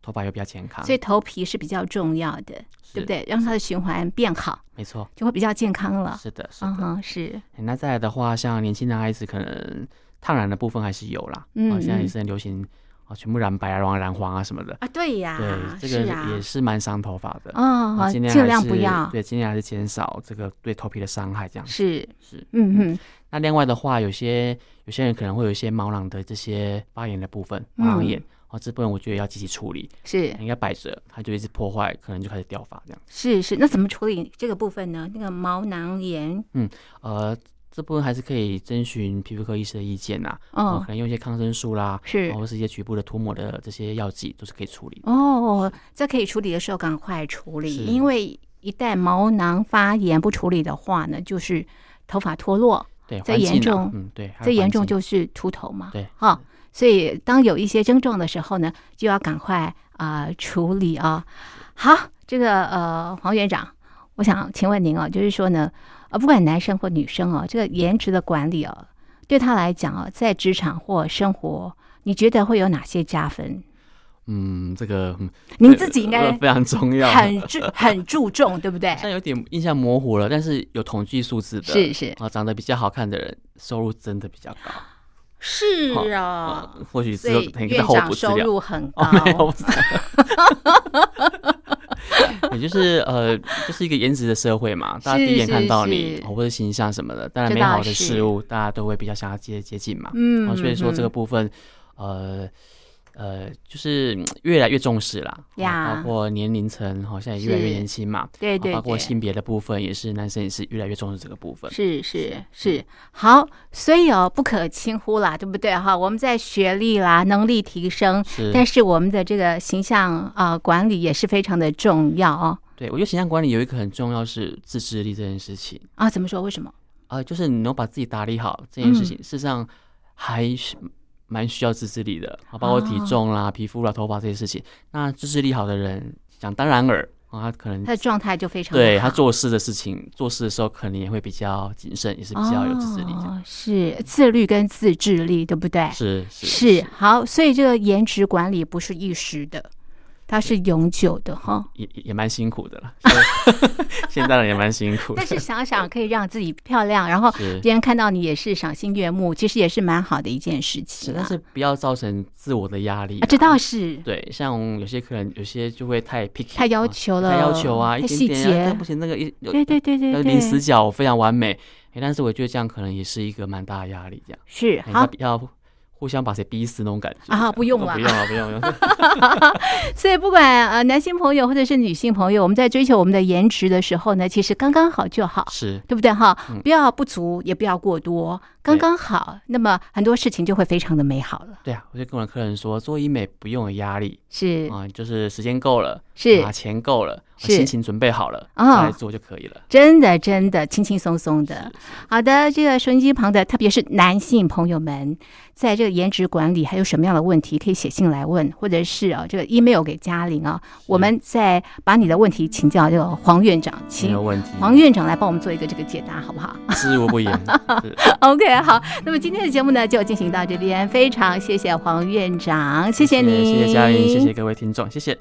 [SPEAKER 2] 头发又比较健康，
[SPEAKER 1] 所以头皮是比较重要的，
[SPEAKER 2] 啊是
[SPEAKER 1] 对不？对？让它的循环变好，
[SPEAKER 2] 没错，
[SPEAKER 1] 就会比较健康了。
[SPEAKER 2] 是的，是
[SPEAKER 1] 嗯
[SPEAKER 2] 的。
[SPEAKER 1] 哼，是
[SPEAKER 2] 那再来的话，像年轻男孩子可能烫染的部分还是有啦，
[SPEAKER 1] 嗯
[SPEAKER 2] 啊，现在也
[SPEAKER 1] 嗯
[SPEAKER 2] 是很流行啊，全部染白啊，然后染黄啊什么的，
[SPEAKER 1] 啊，对呀
[SPEAKER 2] 对，，这
[SPEAKER 1] 是
[SPEAKER 2] 个
[SPEAKER 1] 啊
[SPEAKER 2] 也，是蛮伤头发的。
[SPEAKER 1] 哦
[SPEAKER 2] 啊，尽量
[SPEAKER 1] 尽
[SPEAKER 2] 还
[SPEAKER 1] 量不
[SPEAKER 2] 是
[SPEAKER 1] 要，
[SPEAKER 2] 对，尽量还是减少这个对头皮的伤害，这样子
[SPEAKER 1] 是，
[SPEAKER 2] 是。
[SPEAKER 1] 嗯嗯，
[SPEAKER 2] 那另外的话，有些有些人可能会有一些毛囊的这些发炎的部分，毛囊
[SPEAKER 1] 嗯
[SPEAKER 2] 炎啊、哦，这部分我觉得要积极处理，
[SPEAKER 1] 是
[SPEAKER 2] 应该摆着，它就一直破坏，可能就开始掉发这样。
[SPEAKER 1] 是是，那怎么处理这个部分呢？那个毛囊炎，
[SPEAKER 2] 呃，这部分还是可以征询皮肤科医师的意见呐、啊，哦，
[SPEAKER 1] 哦
[SPEAKER 2] 可，能用一些抗生素啦，
[SPEAKER 1] 是
[SPEAKER 2] 哦或是一些局部的涂抹的这些药剂都是可以处理的。
[SPEAKER 1] 哦，这可以处理的时候赶快处理，
[SPEAKER 2] 是
[SPEAKER 1] 因为一旦毛囊发炎不处理的话呢，就是头发脱落，
[SPEAKER 2] 对，
[SPEAKER 1] 再
[SPEAKER 2] 环
[SPEAKER 1] 严
[SPEAKER 2] 境啊
[SPEAKER 1] 重
[SPEAKER 2] 嗯，对，还有
[SPEAKER 1] 最严
[SPEAKER 2] 环
[SPEAKER 1] 重
[SPEAKER 2] 境
[SPEAKER 1] 就是秃头嘛，
[SPEAKER 2] 对
[SPEAKER 1] 哈。所以当有一些症状的时候呢，就要赶快啊、呃处理啊。好，这个呃黄院长，我想请问您哦，就是说呢，呃不管男生或女生哦，这个颜值的管理哦，对他来讲哦，在职场或生活，你觉得会有哪些加分？
[SPEAKER 2] 嗯，这个嗯
[SPEAKER 1] 您
[SPEAKER 2] 对
[SPEAKER 1] 自己应
[SPEAKER 2] 呃
[SPEAKER 1] 该
[SPEAKER 2] 非常重要，
[SPEAKER 1] 很注很注重，对不对？
[SPEAKER 2] 现在有点印象模糊了，但是有统计数字的，
[SPEAKER 1] 是是
[SPEAKER 2] 啊，长得比较好看的人，收入真的比较高。
[SPEAKER 1] 是
[SPEAKER 2] 好
[SPEAKER 1] 啊，
[SPEAKER 2] 呃或许
[SPEAKER 1] 所
[SPEAKER 2] 之后
[SPEAKER 1] 以
[SPEAKER 2] 可能在
[SPEAKER 1] 院
[SPEAKER 2] 后
[SPEAKER 1] 长
[SPEAKER 2] 补资
[SPEAKER 1] 收
[SPEAKER 2] 料。
[SPEAKER 1] 入很高
[SPEAKER 2] 哦，，没有，不是也 就是呃，就是一个颜值的社会嘛，大家第一眼看到
[SPEAKER 1] 是
[SPEAKER 2] 你
[SPEAKER 1] 是，
[SPEAKER 2] 哦或者形象什么的，当然
[SPEAKER 1] 这
[SPEAKER 2] 美
[SPEAKER 1] 倒
[SPEAKER 2] 好的
[SPEAKER 1] 是
[SPEAKER 2] 事物大家都会比较想要接接近嘛。
[SPEAKER 1] 嗯
[SPEAKER 2] 哦，所以说这个
[SPEAKER 1] 嗯
[SPEAKER 2] 部分，呃呃，就是嗯越来越重视啦，哦
[SPEAKER 1] 呀
[SPEAKER 2] 包括年龄层好像也越来越
[SPEAKER 1] 是
[SPEAKER 2] 年轻嘛，
[SPEAKER 1] 对
[SPEAKER 2] 哦
[SPEAKER 1] 对
[SPEAKER 2] 包括
[SPEAKER 1] 对
[SPEAKER 2] 性别的部分也是，男生也是越来越重视这个部分。
[SPEAKER 1] 是
[SPEAKER 2] 嗯
[SPEAKER 1] 是是，好，所以哦，不可轻忽啦，对不对哈？我们在学历啦、能力提升，
[SPEAKER 2] 是，
[SPEAKER 1] 但是我们的这个形象啊、呃管理也是非常的重要哦。
[SPEAKER 2] 对我觉得形象管理有一个很重要是自制力这件事情。
[SPEAKER 1] 啊，怎么说？为什么？
[SPEAKER 2] 啊，就是你能把自己打理好这件事
[SPEAKER 1] 嗯
[SPEAKER 2] 情，事实上还是蛮需要自制力的，啊，包括体
[SPEAKER 1] 哦
[SPEAKER 2] 重啦、皮肤啦、头发这些事情。那自制力好的人，想当然尔啊，他可能
[SPEAKER 1] 他的状态就非常
[SPEAKER 2] 对
[SPEAKER 1] 不好
[SPEAKER 2] 他做事的事情，做事的时候可能也会比较谨慎，也是比较有自制力这样。
[SPEAKER 1] 哦，是自律跟自制力，对不对？
[SPEAKER 2] 是是
[SPEAKER 1] 是好，所以这个颜值管理不是一时的，它是永久的哈。
[SPEAKER 2] 也也也蛮辛苦的啦。 所以现在人也蛮辛苦的
[SPEAKER 1] 但。是想想可以让自己漂亮，然后
[SPEAKER 2] 是
[SPEAKER 1] 别人看到你也是赏心悦目，其实也是蛮好的一件事
[SPEAKER 2] 是，
[SPEAKER 1] 情、啊。
[SPEAKER 2] 但是不要造成自我的压力、
[SPEAKER 1] 啊，这倒是
[SPEAKER 2] 对，像有些客人，有些就会太 picky，
[SPEAKER 1] 太要
[SPEAKER 2] 啊
[SPEAKER 1] 求了，
[SPEAKER 2] 太要求啊，一
[SPEAKER 1] 太
[SPEAKER 2] 点
[SPEAKER 1] 细
[SPEAKER 2] 点啊
[SPEAKER 1] 节
[SPEAKER 2] 但不。行，那个一有
[SPEAKER 1] 对对对对
[SPEAKER 2] 要
[SPEAKER 1] 对，
[SPEAKER 2] 零死角非常完美。哎，但是我觉得这样可能也是一个蛮大的压力，这样
[SPEAKER 1] 是
[SPEAKER 2] 哎
[SPEAKER 1] 好
[SPEAKER 2] 要要互相把谁逼死那种感觉
[SPEAKER 1] 啊
[SPEAKER 2] 这样
[SPEAKER 1] 不用
[SPEAKER 2] 哦
[SPEAKER 1] 啦
[SPEAKER 2] 不用了，不用了。
[SPEAKER 1] 所以不管呃男性朋友或者是女性朋友，我们在追求我们的颜值的时候呢，其实刚刚好就好，
[SPEAKER 2] 是
[SPEAKER 1] 对不对哈
[SPEAKER 2] 嗯？
[SPEAKER 1] 不要不足，也不要过多，刚刚好，那么很多事情就会非常的美好了。
[SPEAKER 2] 对啊，我就跟我的客人说，做医美不用有压力
[SPEAKER 1] 是
[SPEAKER 2] 啊，就是时间够了，
[SPEAKER 1] 是
[SPEAKER 2] 啊，钱够了，啊
[SPEAKER 1] 是
[SPEAKER 2] 心情准备好了，
[SPEAKER 1] 啊
[SPEAKER 2] 再来做就可以了。
[SPEAKER 1] 真的，真的轻轻松松的。好的，这个收音机旁的，特别是男性朋友们，在这个颜值管理还有什么样的问题，可以写信来问，或者是啊、这个 email 给嘉玲啊，我们再把你的问题请教这个黄院长，
[SPEAKER 2] 没有
[SPEAKER 1] 请
[SPEAKER 2] 问题，
[SPEAKER 1] 黄院长来帮我们做一个这个解答，好不好？
[SPEAKER 2] 知无不言。是
[SPEAKER 1] OK，好，那么今天的节目呢就进行到这边，非常谢谢黄院长，谢谢你，
[SPEAKER 2] 谢谢嘉玲，谢谢各位听众，谢谢。